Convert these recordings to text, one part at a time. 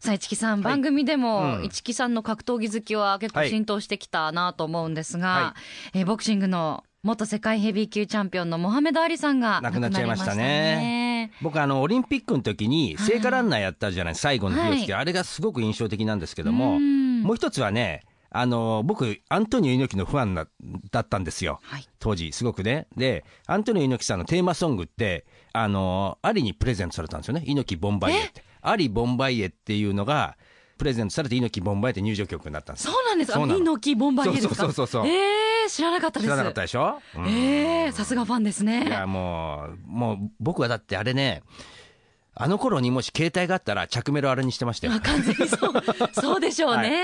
さあ、市木さん、番組でも、市木さんの格闘技好きは結構はい浸透してきたなと思うんですが、はえーボクシングの元世界ヘビー級チャンピオンのモハメド・アリさんが亡亡くくななっりちゃいままししたたねね。僕あのオリンピックの時に聖火ランナーやったじゃない最後の日をつけはあれがすごく印象的なんですけどうもんもう一つはねあの僕アントニオ猪木のファンなだったんですよはい。当時すごくねでアントニオ猪木さんのテーマソングってあのアリにプレゼントされたんですよね猪木ボンバイエってアリボンバイエっていうのがプレゼントされて猪木ボンバイエって入場曲になったんですそうなんです。あそうなの猪木ボンバイエですかそうそうそうそうえー、知らなかったです。知らなかったでしょ、うんえー、さすがファンですね。いやもうもう僕はだってあれねあの頃にもし携帯があったら着メロあれにしてましたよまあ、完全にそう、 そうでしょうね。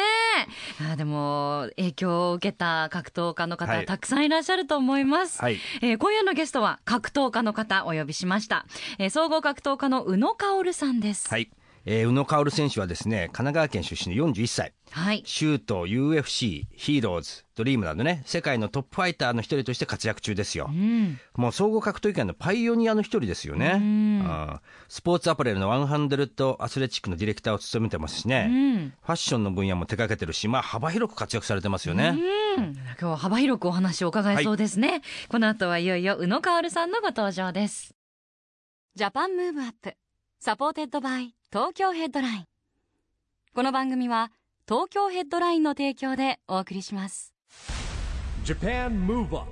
あーでも、影響を受けた格闘家の方、はいたくさんいらっしゃると思います。はいえー今夜のゲストは、格闘家の方、お呼びしました。えー総合格闘家の宇野薫さんです。はい、えー宇野薫選手はですね神奈川県出身の41歳はい。シュート UFC ヒーローズドリームなどね世界のトップファイターの一人として活躍中ですよ、うん。もう総合格闘技界のパイオニアの一人ですよね。うんスポーツアパレルのワンハンデルとアスレチックのディレクターを務めてますしね、うん。ファッションの分野も手掛けてるし、まあ幅広く活躍されてますよね。うん今日は幅広くお話を伺えそうですね。この後はいよいよ宇野薫さんのご登場です。ジャパンムーブアップサポーテッドバイ東京ヘッドライン。この番組は東京ヘッドラインの提供でお送りします。 Japan Move Up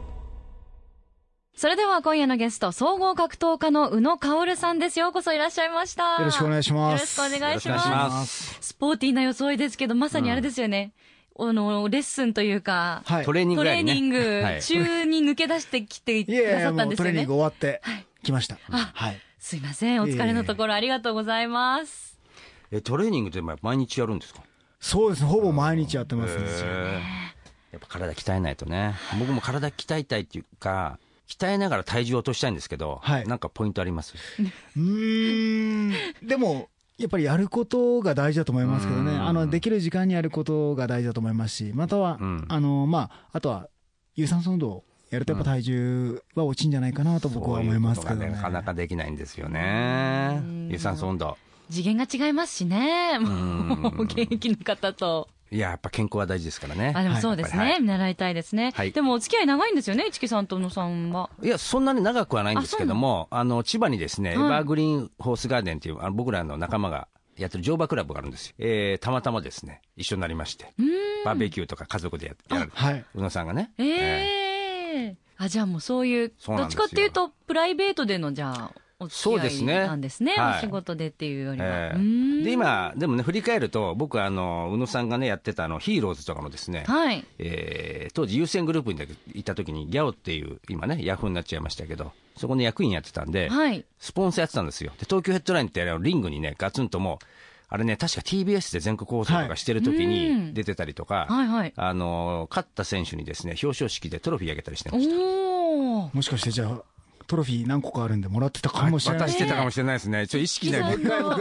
それでは今夜のゲスト、総合格闘家の宇野薫さんです。ようこそいらっしゃいました。よろしくお願いします。よろしくお願いしよろましす。くお願いしますスポーティーな装いですけど、まさにあれですよね。あの、レッスンというか、はい。トレーニングトぐらレーいね。ニングはい中に抜け出してきてくいやだいさや、っもたんでうすトよレーニねング。終わってはい来ました。あはい。すいません、お疲れのところありがとうございます。え、トレーニングって毎日やるんですかそうですね、ほぼ毎日やってますね。やっぱ体鍛えないとね。僕も体鍛えたいっていうか、鍛えながら体重を落としたいんですけど、はいなんかポイントありますうーん。でも、やっぱりやることが大事だと思いますけどね。うんあの、できる時間にやることが大事だと思いますし、または、うんあの、まあ、あとは、有酸素運動をやるとやっぱ体重は落ちんじゃないかなと僕は思いますけどそういうねことが。なかなかできないんですよね。有酸素運動。次元が違いますしね、 もう、現役の方と。いや、やっぱ健康は大事ですからね。あ、でもそうですはいねは。い見習いたいですねはい。でもお付き合い長いんですよね、市木さんと宇野さんは。いや、そんなに長くはないんですけども、あの、千葉にですね、いエバーグリーンホースガーデンっていう、あの僕らの仲間がやってる乗馬クラブがあるんですよ。えー、たまたまですね、一緒になりまして、バーベキューとか家族でやってやる。はい。宇野さんがね。えーええ。あ、じゃあもうそういう、そうどなんっですちよかっていうと、プライベートでの、じゃあ、お付そうできす合ねいなんですね。はいお仕事でっていうよりは。えうーーんで、今、でもね、振り返ると、僕はあの、宇野さんがね、やってたあの、ヒーローズとかのですね、はい。えー当時優先グループにいた時に、ギャオっていう、今ね、ヤフーになっちゃいましたけど、そこの役員やってたんで、はい。スポンサーやってたんですよ。で、東京ヘッドラインってあのリングにね、ガツンともう、あれね、確か TBS で全国放送とかしてる時はいうんに出てたりとか、はいはいあのー、勝った選手にですね、表彰式でトロフィーあげたりしてました。おー。もしかしてじゃあ、トロフィー何個かあるんでもらってたかもしれない。渡してたかもしれないですね。ちょっと意識木ないさんの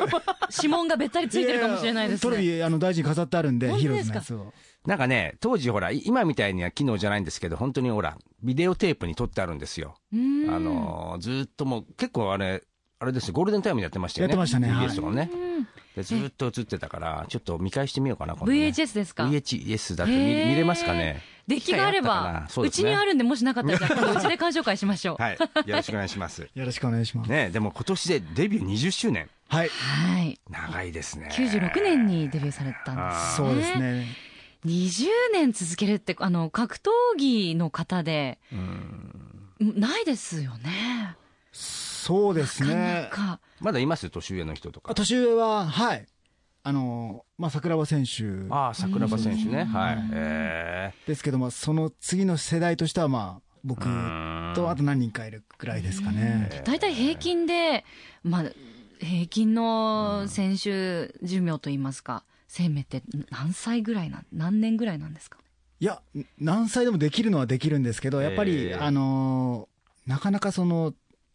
指紋がべったりついてるかもしれないですややトロフね。ィー、あの、大事に飾ってあるんで、本ヒー当ローでズすのかやつを。なんかね、当時ほら、い今みたいには機能じゃないんですけど、本当にほら、ビデオテープに撮ってあるんですよ。うーんあのー、ずーっともう、結構あれ、あれですよゴールデンタイムにやってましたよね。やってましたね TBS とかもね。うんでずーっと映ってたから、ちょっと見返してみようかな、今度ね VHS ですか VHS だって見見れますかね。出来があれ機会ったかばな、そうですちねにあるんで、もしなかったら、じゃあ今度うちで鑑賞会しま しょう。はい、よろしくお願いします。よろしくお願いします。ねえ、でも今年でデビュー20周年。はい。はい。長いですね。 96年にデビューされたんです。そうですね。 20年続けるって、あの、格闘技の方で、ないですよね。そうですなかねな。か。まだいます年上の人とあか。年上は、はい。あの、まあ、桜庭選手ああ、桜庭選手ね。はい。えですけども、その次の世代としては、まあ、僕んとあと何人かいるくらいですかね。大体平均で、まあ、平均の選手寿命といいますか、生命って何歳ぐらいなん何年ぐらいなんですかいや、何歳でもできるのはできるんですけど、やっぱり、えーあのーなかなかその、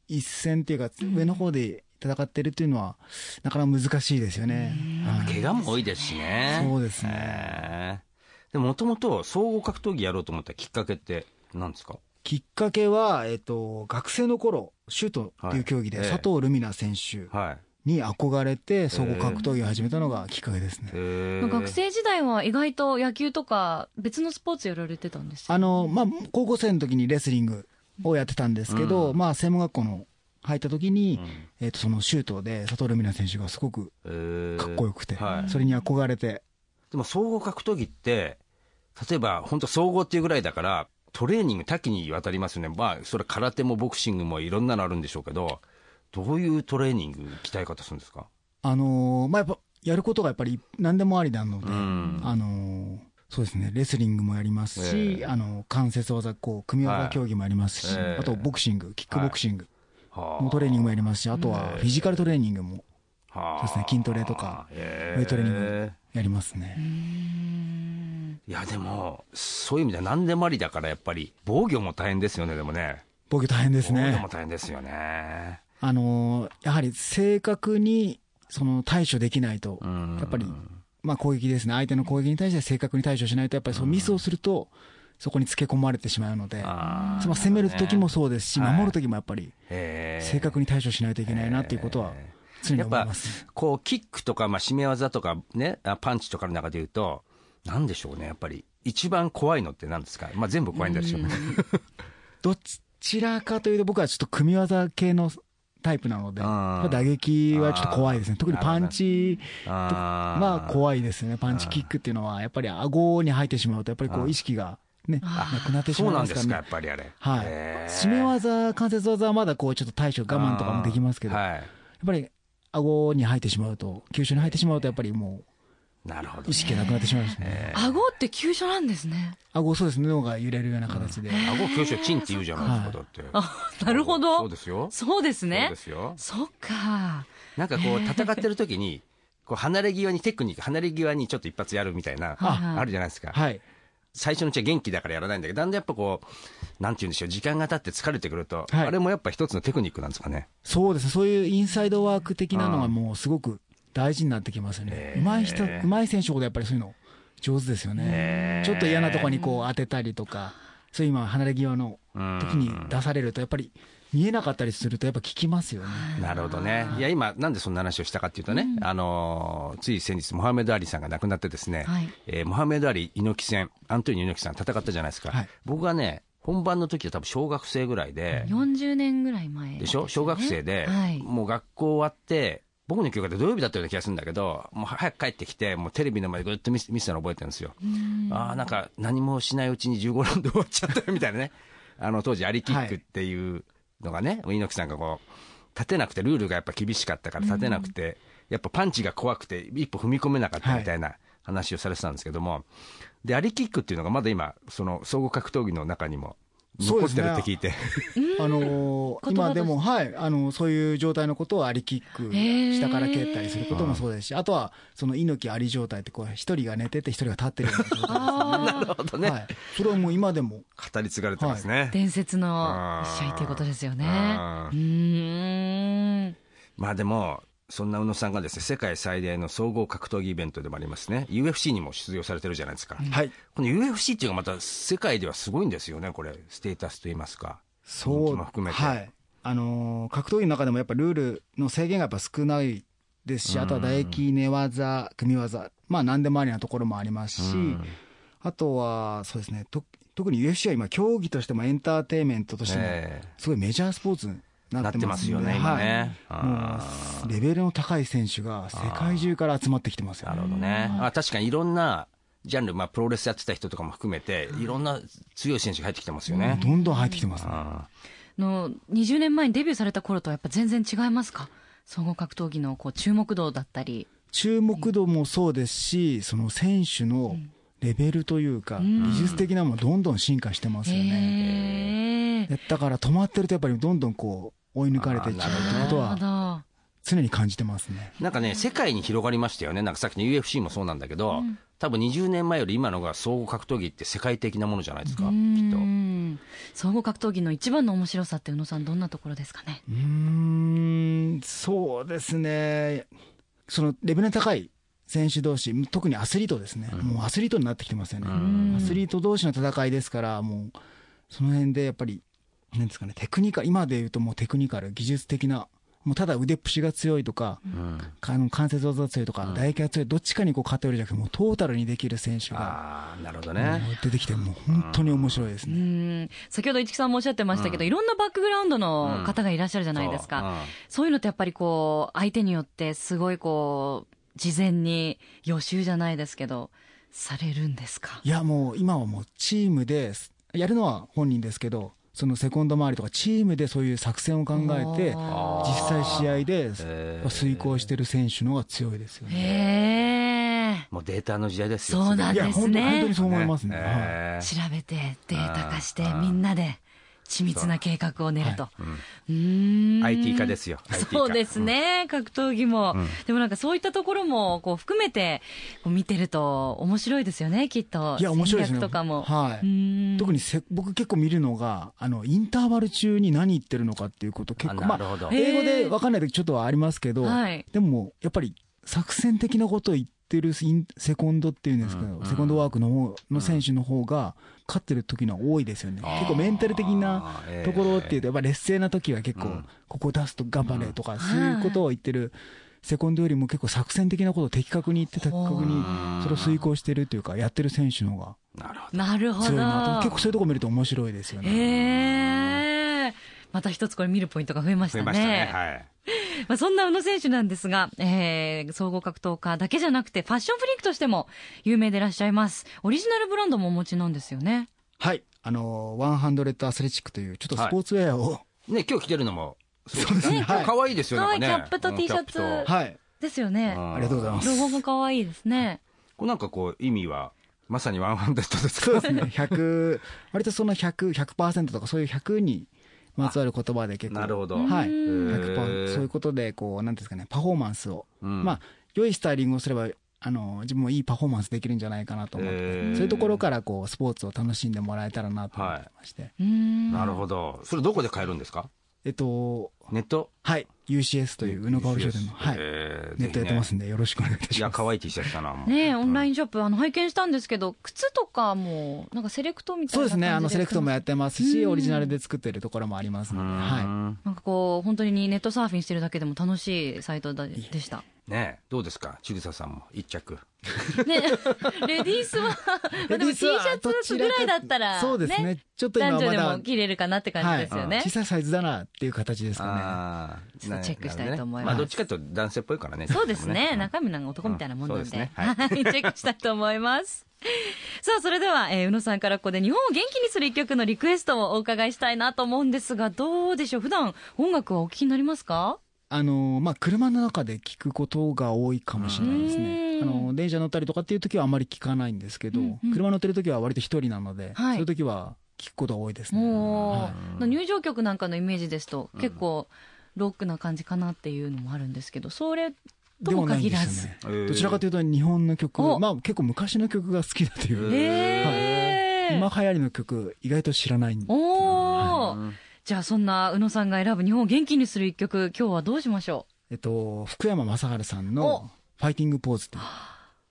一戦っていうか、上の方で戦ってるっていうのは、なかなか難しいですよね。はい怪我も多いですしね。そうですね。ね。でもともと総合格闘技やろうと思ったきっかけって何ですかきっかけは、えっと、学生の頃、シュートっていう競技で、はいええ佐藤ルミナ選手はい。に憧れて、総合格闘技を始めたのがきっかけですね。へー学生時代は意外と野球とか別のスポーツやられてたんですよあの、まあ、高校生の時にレスリングをやってたんですけど、うまあ、専門学校の入った時に、うんえっと、そのシュートで、佐藤ルミナ選手がすごくへーかっこよくて、はいそれに憧れて、でも総合格闘技って、例えば本当総合っていうぐらいだから、トレーニング多岐にわたりますよね。まあ、それ空手もボクシングもいろんなのあるんでしょうけど、どういうトレーニング鍛え方するんですかあのーまあ、やっぱ、やることがやっぱり何でもありなので、うんあのーそうですね、レスリングもやりますし、ええあの、関節技、こう、組み技競技もやりますし、はいええあとボクシング、キックボクシングはのトレーニングもやりますし、あとはフィジカルトレーニングもあはあそうですね筋トレとかへウェイトレーニングやりますね。いや、でも、そういう意味では何でもありだから、やっぱり、防御も大変ですよね、でもね。防御大変です防御ねも。大変ですよね。あのーやはり正確に、その対処できないと、んやっぱり、まあ攻撃ですね。相手の攻撃に対して正確に対処しないと、やっぱりそのミスをすると、そこにつけ込まれてしまうので、あまあ攻める時もそうですし、はい守る時もやっぱり、へー正確に対処しないといけないなっていうことは常にやっ思いぱます。、こう、キックとか、まあ、締め技とかね、あパンチとかの中で言うと、なんでしょうね、やっぱり。一番怖いのって何ですかまあ、全部怖いんですよね。どちらかというと僕はちょっと組み技系のタイプなので、あーやっぱ打撃はちょっと怖いですね。特にパンチまは怖いですね。パンチキックっていうのはやっぱり顎に入ってしまうとやっぱりこあうー意識がね、なくなってしそまういなまんすでかすからやねっ。ぱりあはれ。い。締め技、関節技はまだこうちょっと対処我慢とかもできますけど、やっはい。ぱり顎に入ってしまうと、急所に入ってしまうとやっぱりもなるほどう意。識がなくなってしまいますね。顎って急所なんですね顎そうですね、脳が揺れるような形で。顎強所チンって言うじゃないですか、だって。あなるほどそうですよ。そうですそうねですよ。そっかなんかこう、戦ってる時に、こう、離れ際にテクニック、離れ際にちょっと一発やるみたいな、はいはいあるじゃないですか。はい。最初のうちは元気だからやらないんだけど、だんだんやっぱこう、なんて言うんでしょう、時間が経って疲れてくると、はいあれもやっぱ一つのテクニックなんですかね。そうですね、そういうインサイドワーク的なのうがんもうすごく大事になってきますね。うまい人、うまい選手ほどやっぱりそういうの上手ですよね。ちょっと嫌なとこにこう当てたりとか、そういう今、離れ際の時に出されると、やっぱり見えなかったりすると、やっぱ効きますよね。なるほどね。いや、今、なんでそんな話をしたかっていうとね、あのーつい先日、モハメド・アリさんが亡くなってですね、はいえーモハメド・アリ猪木戦、アントニオ猪木さん戦ったじゃないですか。はい僕がね、本番の時は多分小学生ぐらいで、 40年ぐらい前でしょ小学生で、はいもう学校終わって、僕の記憶で土曜日だったような気がするんだけど、もう早く帰ってきて、もうテレビの前でぐっと見せ見てたの覚えてるんですよ。ああ、なんか何もしないうちに15ラウンド終わっちゃったよみたいなね。 あの当時、アリキックっていうのがね、猪木さんがこう、立てなくて、ルールがやっぱ厳しかったから立てなくて、やっぱパンチが怖くて、一歩踏み込めなかったみたいな話をされてたんですけども、で、アリキックっていうのがまだ今、その総合格闘技の中にも残ってるって聞いて、あのー言葉今としてでも、はい、あのーそういう状態のことをアリキック、へー下から蹴ったりすることもそうですし、あとは、その猪木アリ状態って、こう、一人が寝てて、一人が立ってるような状態ですねなるほど ね。はい。それはもう今でも、語り継がれてますね。伝説の試合ということですよねあうーーんまあでも、そんな宇野さんがですね、世界最大の総合格闘技イベントでもありますね、UFC にも出場されてるじゃないですか。はい。この UFC っていうのがまた世界ではすごいんですよね、これ、ステータスといいますか。人気も含めて。はい。あのー格闘技の中でもやっぱルールの制限がやっぱ少ないですし、あとは唾液、寝技、組み技、まあ何でもありなところもありますし、あとは、そうですね、と特に UFC は今、競技としてもエンターテインメントとしても、えすごいメジャースポーツにななっっててまますすよのでね、今ね。あはいもうレベルの高い選手が世界中から集まってきてますよーねなるほどね。あ確かにいろんなジャンル、まあ、プロレスやってた人とかも含めて、いろんな強い選手が入ってきてますよね。どんどん入ってきてますねあの20年前にデビューされた頃とはやっぱ全然違いますか総合格闘技のこう注目度だったり注目度もそうですし、その選手のレベルというか、技術的なものどんどん進化してますよね。へえだから止まってるとやっぱりどんどんこう追い抜かれていっちゃうってことなるはほど常に感じてますね。なんかね、世界に広がりましたよね。なんかさっきの UFC もそうなんだけど、多分20年前より今のが総合格闘技って世界的なものじゃないですか、きっと。うん総合格闘技の一番の面白さって宇野さんどんなところですかねうーん、そうですね。そのレベルの高い選手同士、特にアスリートですね。もうアスリートになってきてますよね。アスリート同士の戦いですから、もうその辺でやっぱり、なんですかね、テクニカル、今で言うともうテクニカル、技術的な、もうただ腕っぷしが強いとか、あの関節技が強いとか、唾液が強い、どっちかにこう偏るじゃなくて、もうトータルにできる選手がああ、なるほどもうね。出てきて、もう本当に面白いですね。うん先ほど市木さんもおっしゃってましたけど、いろんなバックグラウンドの方がいらっしゃるじゃないですうか、んそうそううんいうのってやっぱりこう相手によってすごいこう事前に予習じゃないですけどされるんですかいやもう今はもうチームでやるのは本人ですけどそのセコンド周りとかチームでそういう作戦を考えてあ実際試合でえー遂行してる選手の方が強いですよへね。えもうデータの時代ですよ。そうなんいでやす本当ね本当にそう思いますね。はいえー調べてデータ化してみんなで緻密な計画を練ると、うーん IT 化ですよ IT 化そうですね、格闘技も、でもなんかそういったところもこう含めてこう見てると面白いですよねきっといや面白いですね。戦略とかも、はうい。ーん特にせ僕結構見るのがあのインターバル中に何言ってるのかっていうこと結構あなまるほどあ英語で分かんない時ちょっとはありますけど、はいでもやっぱり作戦的なことを言ってるインセコンドっていうんですけど、セコンドワークの方の選手の方が勝ってる時の多いですよね、結構メンタル的なあーところっていうとやっぱ劣勢な時は結構ここ出すと頑張れとか、そういうことを言ってる。セコンドよりも結構作戦的なことを的確に言って的確にそれを遂行してるというかやってる選手の方がなるほど。なるほど強いなと思う結構そういうとこ見ると面白いですよね。へえまた一つこれ見るポイントが増えまし増えたねましたね。はい。まあ、そんな宇野選手なんですが、えー、総合格闘家だけじゃなくてファッションフリークとしても有名でいらっしゃいますオリジナルブランドもお持ちなんですよねはい。あの、ワンハンドレッドアスレチックという、ちょっとスポーツウェアを、ね、今日着てるのも、そうそうですね今日可愛いですよはね。いなんかね可愛いキャうんップと T シャツキャップ とはい。ですよねうんありがとうございます。ロゴも可愛いですねこれなんかこう、意味は、まさにワンハンデッドですかそうですね。100、割とその100、100%とかそういう100にまつわる言葉で結構。なるほど。はい。ー100%、そういうことで、こう、なんていうんですかね、パフォーマンスを。んまあ、良いスタイリングをすれば、あの、自分もいいパフォーマンスできるんじゃないかなと思って、へーそういうところから、こう、スポーツを楽しんでもらえたらなと思ってまして。うーんなるほど。それどこで買えるんですかえっと、ネットはい。UCS という宇野薫商店の、はい。えーネットやってますぜんで、よろしくお願いいたひね。いしや、ます。可愛い T シャツだな、もう。ねえオンラインショップ、あの拝見したんですけど靴とかもなんかセレクトみたいそうな感でじすね、あのセレクトもやっってますし、オリジナルで作ってるところもありますので、はなんかこう本当にネットサーフィンしてるだけでも楽しいサイトだで したねどうですかちぐささんも、一着。ねレディースい。はまあでも T 実シはャツぐらいだったらそうですね、ちょっと今男ま女でだも、着れるかなって感じですよね、小さいサイズだなっていう形ですかあーちょっとチェックしたいと思いまなるすほどねあ、どっちかというと男性っぽいからね。そうですね。うん中身なんか男みたいなもんなんで。うんそうですねはい。チェックしたいと思います。 さあ、それでは、えー宇野さんからここで日本を元気にする一曲のリクエストをお伺いしたいなと思うんですが、どうでしょう普段音楽はお聴きになりますかあのまあ、車の中で聞くことが多いかもしれないですね。あうんの電車乗ったりとかっていう時はあまり聞かないんですけど、車乗ってる時は割と一人なので、はそいういう時は聞くことが多いですね。もはう、の入場曲なんかのイメージですと、結構ロックな感じかなっていうのもあるんですけど、それいとでももないん限でらすずよ。ね。ーどちらかというと日本の曲、おまあ結構昔の曲が好きだという。へー今流行りの曲意外と知らないんでおーじゃあそんな宇野さんが選ぶ日本を元気にする一曲、今日はどうしましょえっと、福山雅治さんおの「ファイティングポーズ」っていう、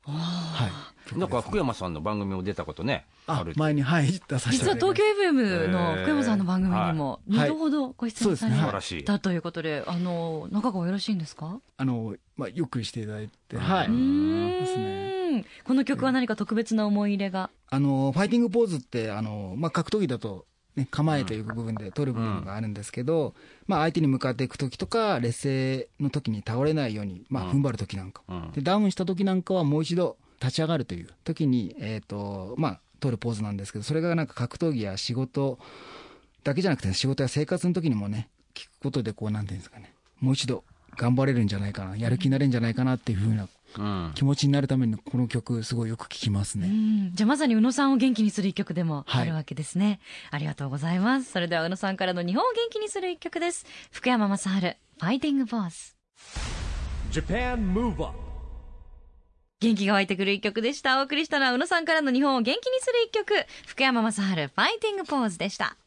はい、曲なんかです福山さんの番組も出たことね。あるって前に、はい、出さうせて実はいただ東き京 FM の福山さんの番組にもえー2度ほどご出演されはい素晴らしい。たということで、あの、仲がよろしいんですかあの、まあ、よくしていただいて、はいうー、ですん。この曲は何か特別な思い入れが。あのファイティングポーズってあの、まあ、格闘技だと、ね、構えていく部分で取る部分があるんですけど、まあ、相手に向かっていく時とか劣勢の時に倒れないように、まあ、踏ん張る時なんか、でダウンした時なんかはもう一度立ち上がるという時に、えーとまあ、取るポーズなんですけどそれがなんか格闘技や仕事だけじゃなくて仕事や生活の時にもね聞くことでこうなんていうんですかねもう一度頑張れるんじゃないかなやる気になれるんじゃないかなっていうふうなうん。気持ちになるためにこの曲すごいよく聞きますね。うん。じゃあまさに宇野さんを元気にする一曲でもはいあるわけですね。ありがとうございます。それでは宇野さんからの日本を元気にする一曲です。福山雅治、ファイティングボーズ。 Japan Move Up 元気が湧いてくる一曲でした。お送りしたのは、宇野さんからの日本を元気にする一曲、福山雅治、ファイティングポーズでした。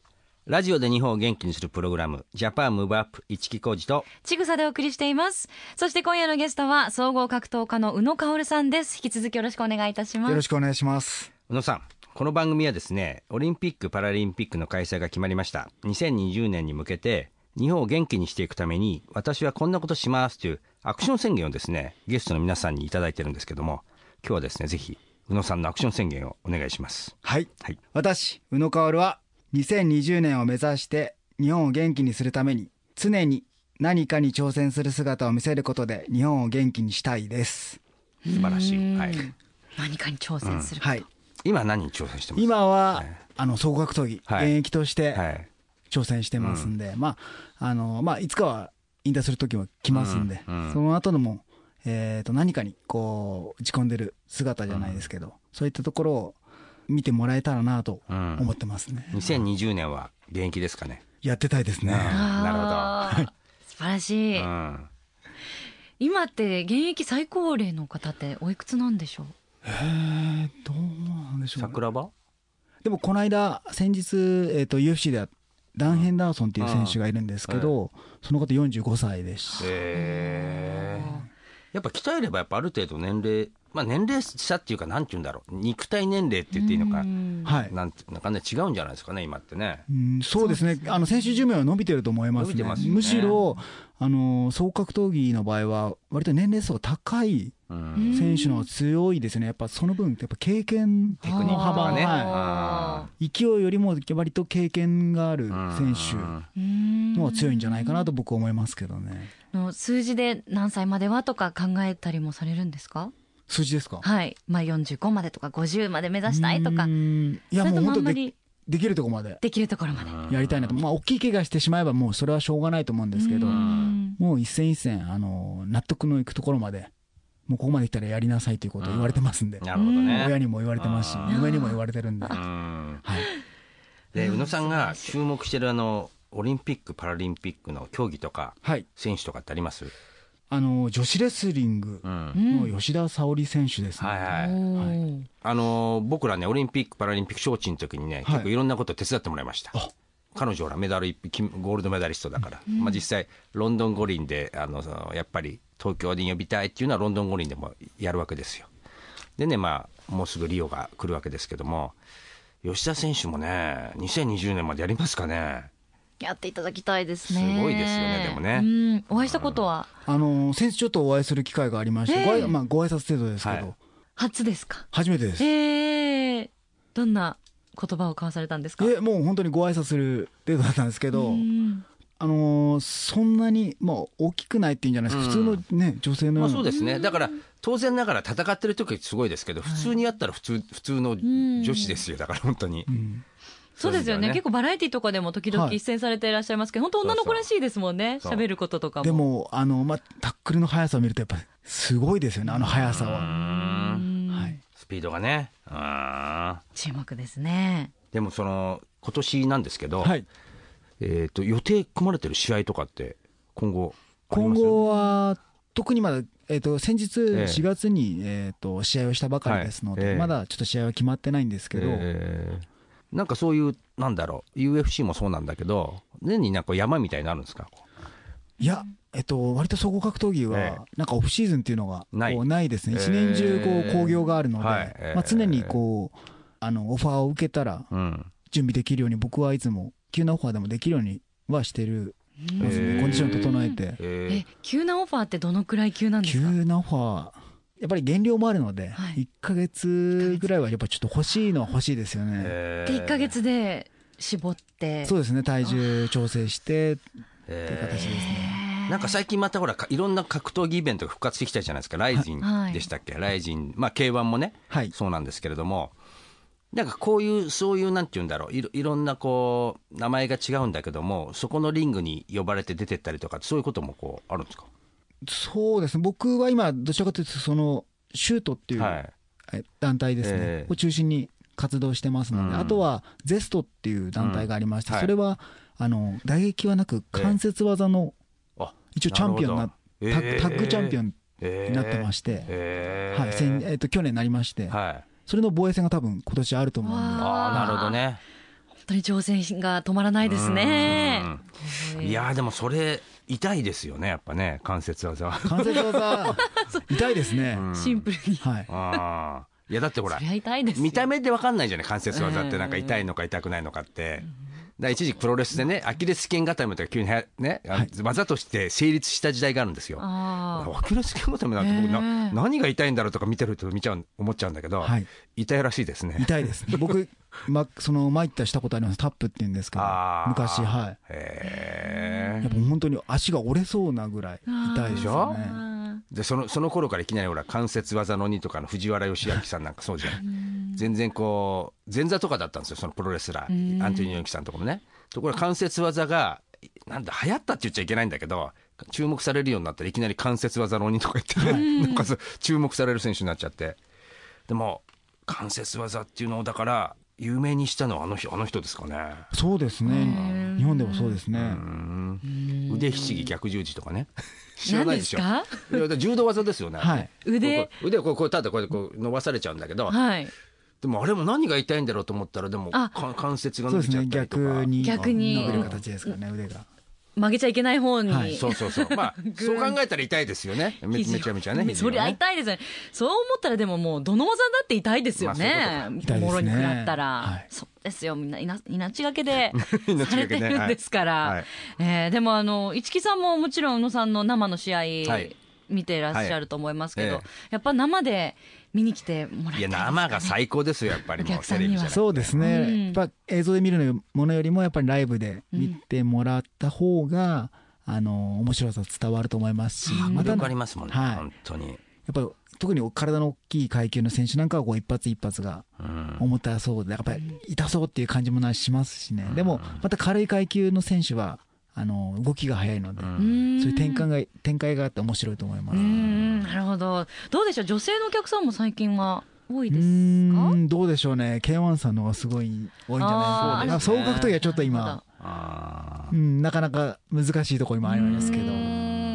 ラジオで日本を元気にするプログラム、ジャパンムーブアップ、一木工事と、ちぐさでお送りしています。そして今夜のゲストは、総合格闘家の宇野薫さんです。引き続きよろしくお願いいたします。よろしくお願いします。宇野さん、この番組はですね、オリンピック・パラリンピックの開催が決まりました。2020年に向けて、日本を元気にしていくために、私はこんなことしますというアクション宣言をですね、ゲストの皆さんにいただいてるんですけども、今日はですね、ぜひ、宇野さんのアクション宣言をお願いします。はい。はい。私、宇野薫は2020年を目指して日本を元気にするために常に何かに挑戦する姿を見せることで日本を元気にしたいです。素晴らしい。はい。何かに挑戦する。はい。今何に挑戦してます今は、あの、総合格闘技、はい現役としてはい。挑戦してますんで、まあ、あの、まあ、いつかは引退する時は来ますんで、うんうんその後のも、えっ、と、何かにこう、打ち込んでる姿じゃないですけど、そういったところを見てもらえたらなと思ってますね。 2020年は現役ですかね。やってたいですね。なるほど。素晴らしい。うん。今って現役最高齢の方っておいくつなんでしょうえーどうなんでしょうね桜庭でもこの間先日、えー、と UFC ではダン・ヘンダーソンっていう選手がいるんですけど、その方45歳ですへえやっぱ鍛えればやっぱある程度年齢まあ年齢差っていうかなんて言うんだろう肉体年齢って言っていいのかうんはいなんてなんかね違うんじゃないですかね今ってねうん、そうですねあの選手寿命は伸びてると思います伸びねてますよねむしろあの総格闘技の場合は割と年齢層が高いうん選手の方が強いですねやっぱその分やっぱ経験テクニッのクと幅かねはあい勢いよりも割と経験があるー選うん手うんの方が強いんじゃないかなと僕は思いますけどねの数字で何歳まではとか考えたりもされるんですか数字ですかはい、まあ、45までとか50まで目指したいとかうーんいそやれもとうもあ本んま当でりできるとこまでできるところまでやりたいなと、まあ、大きい怪我してしまえばもうそれはしょうがないと思うんですけど、うんもう一戦一戦あの納得のいくところまでもうここまで来たらやりなさいということを言われてますんで、なるほどね親にも言われてますしあー嫁にも言われてるんで、うはんい、で宇野さんが注目してるあのオリンピック・パラリンピックの競技とかはい、選手とかってありますあの女子レスリングうんの吉田沙保里選手ですね、はいはいおーあのー僕らね、オリンピック・パラリンピック招致の時にね、結構いろんなことを手伝ってもらいました。あ彼女らメダル一金ゴールドメダリストだから、まあ、実際ロンドン五輪であのそのやっぱり東京に呼びたいっていうのはロンドン五輪でもやるわけですよでねまあもうすぐリオが来るわけですけども吉田選手もね2020年までやりますかねやっていただきたいですねすごいですよねでもねうん、お会いしたことはあの先日ちょっとお会いする機会がありまして、ええごあいまあ、ご挨拶程度ですけど、はい初ですか初めてです、えー、どんな言葉を交わされたんですかえもう本当にご挨拶する程度だったんですけど、うんあのーそんなに、まあ、大きくないっていうんじゃないですか、うん普通の、ね、女性のまよあうな、そうですねだから当然ながら戦ってる時はすごいですけど普通にやったら普通普通の女子ですよだから本当にうんそうそうですよねですよね結構バラエティとかでも時々はい出演されていらっしゃいますけど、本当女の子らしいですもんねそうそう喋ることとかもでもあの、まあ、タックルの速さを見ると、やっぱすごいですよね、あの速さは。うんはい、スピードがねうん注目ですねでもその今年なんですけど、はい、えー、と予定組まれてる試合とかって今後あり今ます後は特にまだ、えー、と先日、え4月に、えー、と試合をしたばかりですので、はいええまだちょっと試合は決まってないんですけど、えーなんかそういうなんだろう UFC もそうなんだけど年になんか山みたいになのあるんですかいや、えっと、割と総合格闘技は、ええなんかオフシーズンっていうのがないこうないですね、ええ一年中こう興行があるので、はいええまあ、常にこうあのオファーを受けたらうん準備できるように、僕はいつも急なオファーでもできるようにはしてる、まずねコンディション整えて、えーえ急なオファーってどのくらい急なんですか急なオファー、やっぱり減量もあるので、はい1か月ぐらいはやっぱちょっと欲しいのは欲しいですよね。えで1か月で絞ってそうですね体重調整してっていうえ形ですね、ーなんか最近またほらかいろんな格闘技イベントが復活してきたじゃないですかライジンはいでしたっけ、ライジンまあ K1 もねはいそうなんですけれども、なんかこういう、そういう、なんて言うんだろういろ、いろんなこう、名前が違うんだけども、そこのリングに呼ばれて出てったりとか、そういうこともこう、あるんですかそうですね僕は今どちらかというとそのシュートっていう、はい。え団体ですね、ええを中心に活動してますので、うんあとはゼストっていう団体がありまして、うんはいそれはあの打撃はなく関節技のあ、一応チャンピオンになっえタッータッグチャンピオンえになってましして、えーはい先えっと去年になりまして、はい。それの防衛戦が多分今年あると思うんで、ああ、なるほどね。本当に挑戦が止まらないですねうん。いやーでもそれ、痛いですよね、やっぱね、関節 技 は。関節技、痛いですね。シンプルに。はい、ああ。いや、だってほらそり、ゃ痛いですよ。見た目で分かんないじゃない関節技ってなんか痛いのか痛くないのかって。だから一時期プロレスでねアキレス腱固めとか急にはやね、あのはい技として成立した時代があるんですよ。アあキレス腱固めなんて僕な、へえ何が痛いんだろうとか見てると見ちゃう思っちゃうんだけど、はい痛いらしいですね。痛いです。僕、ま、その参ったしたことあります。タップって言うんですけどあ、ー昔、はい。へやっぱ本当に足が折れそうなぐらい痛いですよね。あ。えでそのその頃からいきなりほら関節技の鬼とかの藤原義明さんなんかそうじゃん全然こう前座とかだったんですよそのプロレスラーアントニオ猪木さんとかもねところが関節技がなんだ流行ったって言っちゃいけないんだけど注目されるようになったらいきなり関節技の鬼とか言って、ね、なんかそう注目される選手になっちゃってでも関節技っていうのをだから有名にしたのはあの人あの人ですかねそうですね。日本でもそうですね。腕ひしぎ逆十字とかね知ら何ないでですしょかいやだから柔道技ですよね。はい腕こうこう腕をこうこうただこうやってこう伸ばされちゃうんだけど、はい。でもあれも何が痛いんだろうと思ったらでもあか関節がそう伸でびすちゃね。ったりとか。逆に逆に伸びる形ですからね、腕が。曲げちゃいけない方に。はいそうそうそう。 まあそう考えたら痛いですよね。めめ肘をちゃめちゃね。肘そがねりゃ痛いですね。そう思ったらでももう、どの技だって痛いですよね。とかもろに食らっ痛たいらで。そうですよ。みんな、いな命がけ で命がけね、されてるんですから。はいはいえーでもあの、市木さんももちろん宇野さんの生の試合、はい見てらっしゃると思いますけど、はいえやっぱ生で見に来てもらいいたいやですかね生が最高ですよやっぱりおもう客さんテにレはビじゃなくてそうですうんね。やっぱ映像で見るものよりも、やっぱりライブで見てもらった方が、あの、面白さ伝わると思いますし、ま迫た、力あやりっますもんね、はい本当に。ぱり特に体の大きい階級の選手なんかは、こう一発一発が重たそうで、やっぱり痛そうっていう感じもなしますしね。でも、また軽い階級の選手は、あの、動きが速いので、そういう展開が、展開があって面白いと思います。うんうんなるほど。どうでしょう女性のお客さんも最近は多いでうすかーんどうでしょうね K1 さんの方がすごい多いんじゃないあーですか総額といえばちょっとなるほ今ど、あうん、なかなか難しいところもありますけど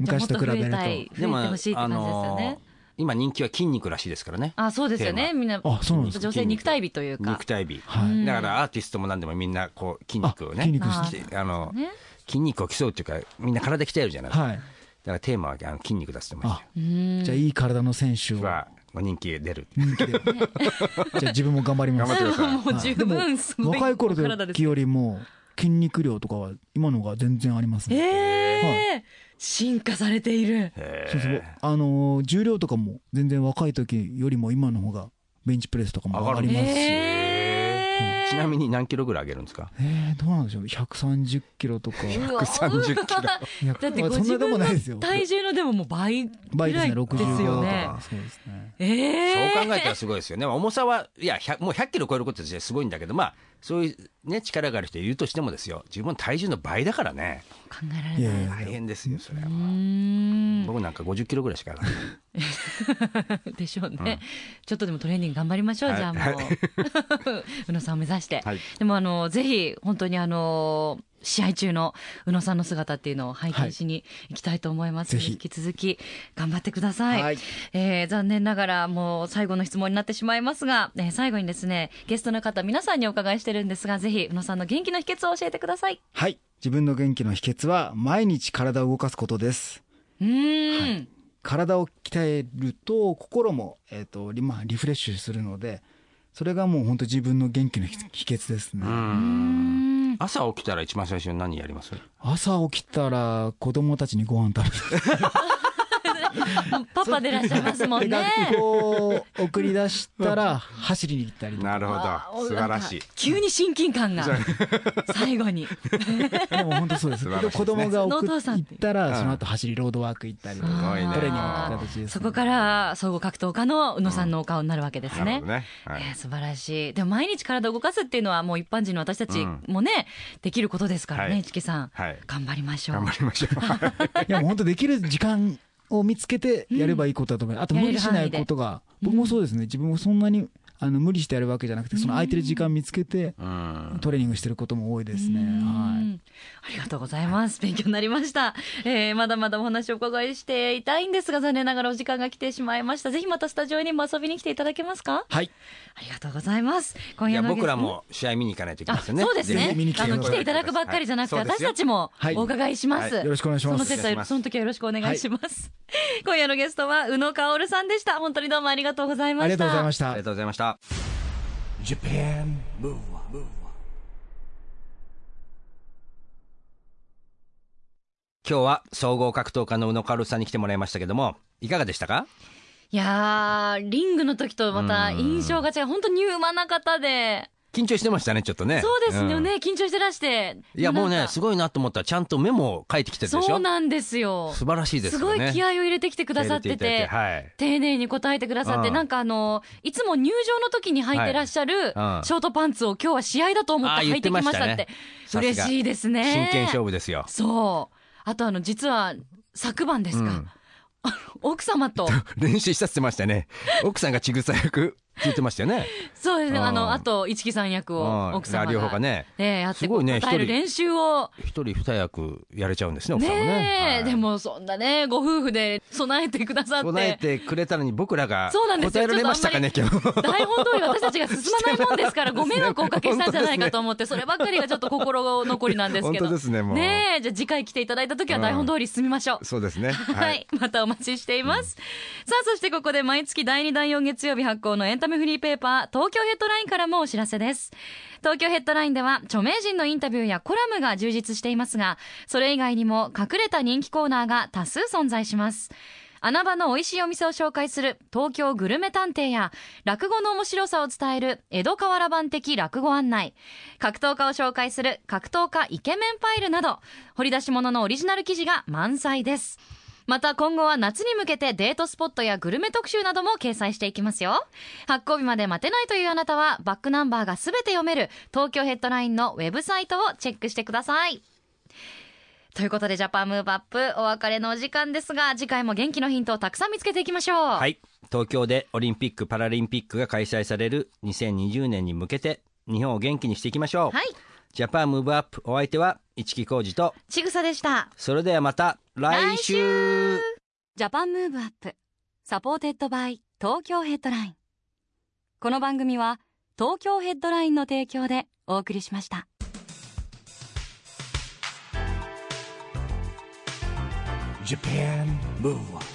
昔と比べるとじゃあもっ増えたいー増えてほしいって感じですよあねのー。今人気は筋肉らしいですからね。あそうですよテーね。みんな、あそうなんですか女性肉体美というか肉。体美、はいだからアーティストも何でもみんなこう筋肉をねあ筋肉あきあのね筋肉を競うっていうかみんな体鍛えるじゃないですか、はいだからテーマはあの筋肉出すと思いまあじゃあいい体の選手すをは人気出る人 気でじゃあ自分も頑張りま頑張っすてくださいもう十分すごい若い頃の体です時よりも筋肉量とかは今の方が全然ありますえねえ進化されている。そうそうあのー重量とかも全然若い時よりも今の方がベンチプレスとかも上がりますしええちなみに何キロぐらい上げるんですかーどうなんでしょう130キロとかえ130キロいやだってまあごそん自なで分ものないですよ体重のでももう倍ぐら倍いですね、65ですよとね。か。そうですね。ええそう考えたらすごいですよね、まあ重さはいや100もう100キロ超えることってすごいんだけどまあそういうね力がある人いるとしてもですよ自分の体重の倍だからね考えられないいやいや大いや、変ですよそれはうーん僕なんか50キロぐらいしか上がらない でしょうね、ちょっとでもトレーニング頑張りましょう、はいじゃあもう、宇野さんを目指して、はいでもあのぜひ本当にあの試合中の宇野さんの姿っていうのを拝見しに行きたいと思います、ぜひ引き続き頑張ってください、はいえー残念ながらもう最後の質問になってしまいますが、えー最後にですねゲストの方皆さんにお伺いしてるんですがぜひ宇野さんの元気の秘訣を教えてくださいはい。自分の元気の秘訣は、毎日体を動かすことです。うーん、体を鍛えると、心も、えっ、と、リ,、まあ、リフレッシュするので、それがもう本当自分の元気の秘秘訣ですね。朝起きたら一番最初に何やります朝起きたら、子供たちにご飯食べる。パパでいらっしゃいますも んね学校を送り出したら、走りに行ったり。なるほあおど素晴らしないんか急に親近感が 最 後にでも本当そうです。素晴らしいです子ね供が送お父ってさん行っっていうたら、その後走りロードワーク行ったりとか、すごいねトレーニングの形です、ね。そこから総合格闘家の宇野さんのお顔になるわけですなるね。ほどねはいえー素晴らしい。でも毎日体を動かすっていうのはもう一般人の私たちもね、できることですからはいね、市木さん、はい頑張りましょう。頑張りましょういやもう本当できる時間を見つけてやればいいことだと思います、あと無理しないことが僕もそうですね自分もそんなにあの無理してやるわけじゃなくてその空いてる時間見つけて うんトレーニングしてることも多いですね。うーはいんありがとうございます。勉強になりました。えーまだまだお話をお伺いしていたいんですが、残念ながらお時間が来てしまいました。ぜひまたスタジオにも遊びに来ていただけますかはいありがとうございます。今い夜やのゲスト僕らも試合見に行かないといけあませんね。そうですぜねぜひ見に来。てあくださいの来ていただくばっかりじゃなくて、はいそうです私よたちもはいお伺いします。よろしくお願いしそまのす。節はよろその時はよろしくお願いします。今夜のゲストは宇野薫さんでした。本当にどうもありがとうございまあした。りがとうございましひあたりが。とうございました。 Japan Move Up, Move Up. 今日は総合格闘家の宇野薫さんに来てもらいましたけども、いかがでしたかいやー、リングの時とまた印象が違う。本当に柔軟な方で。緊張してましたね、ちょっとね。そうですよんね、緊張してらして。いや、もうなんね、かすごいなと思ったら、ちゃんとメモを書いてきてるでしょそうなんですよ。素晴らしいですすよごね。い気合を入れてきてくださって入れいてた。だいて丁寧に答えてくださって、うんなんかあの、いつも入場の時に履いてらっしゃる、シはいうんョートパンツを今日は試合だと思っあてー履言いっててきままししたたねって。さすが嬉しいですね。真剣勝負ですよ。そう。あとあの、実は、昨晩ですか、うんあの 奥 様と、練習したってましたね。奥さんがちぐさ役って言ってましたよね。そうですね、うんあの、あと、一木さん役をうん奥様が。両方がねええやってすこごう、いね答え一る人練習を。一人二役やれちゃうんですね、奥ねさんもね。え、はいでもそんなね、ご夫婦で備えてくださって。備えてくれたのに僕らがそうなんです答よえられましたかね、ち今日。台本通り私たちが進まないもんですから、ご迷惑をおかけしたんじゃないかと思って、そればっかりがちょっと心残りなんですけど。本当ですねもうねえ、じゃあ次回来ていただいた時は台本通り進みましょう。そうですね。はい、はい。またお待ちしています。さあ、そしてここで毎月第2第4月曜日発行のエンタメフリーペーパー、東京ヘッドラインからもお知らせです。東京ヘッドラインでは著名人のインタビューやコラムが充実していますが、それ以外にも隠れた人気コーナーが多数存在します。穴場の美味しいお店を紹介する東京グルメ探偵や落語の面白さを伝える江戸河原版的落語案内格闘家を紹介する格闘家イケメンファイルなど掘り出し物のオリジナル記事が満載ですまた今後は夏に向けてデートスポットやグルメ特集なども掲載していきますよ。発行日まで待てないというあなたはバックナンバーがすべて読める東京ヘッドラインのウェブサイトをチェックしてください。ということでジャパンムーブアップお別れのお時間ですが次回も元気のヒントをたくさん見つけていきましょう。。はいい。東京でオリンピック・パラリンピックが開催される2020年に向けて、日本を元気にしていきましょう。はい。ジャパンムーブアップお相手は、市木浩二と、ちぐさでした。それではまた来週ジャパンムーブアップサポーテッドバイ東京ヘッドライン。この番組は東京ヘッドラインの提供でお送りしました。 Japan Move Up.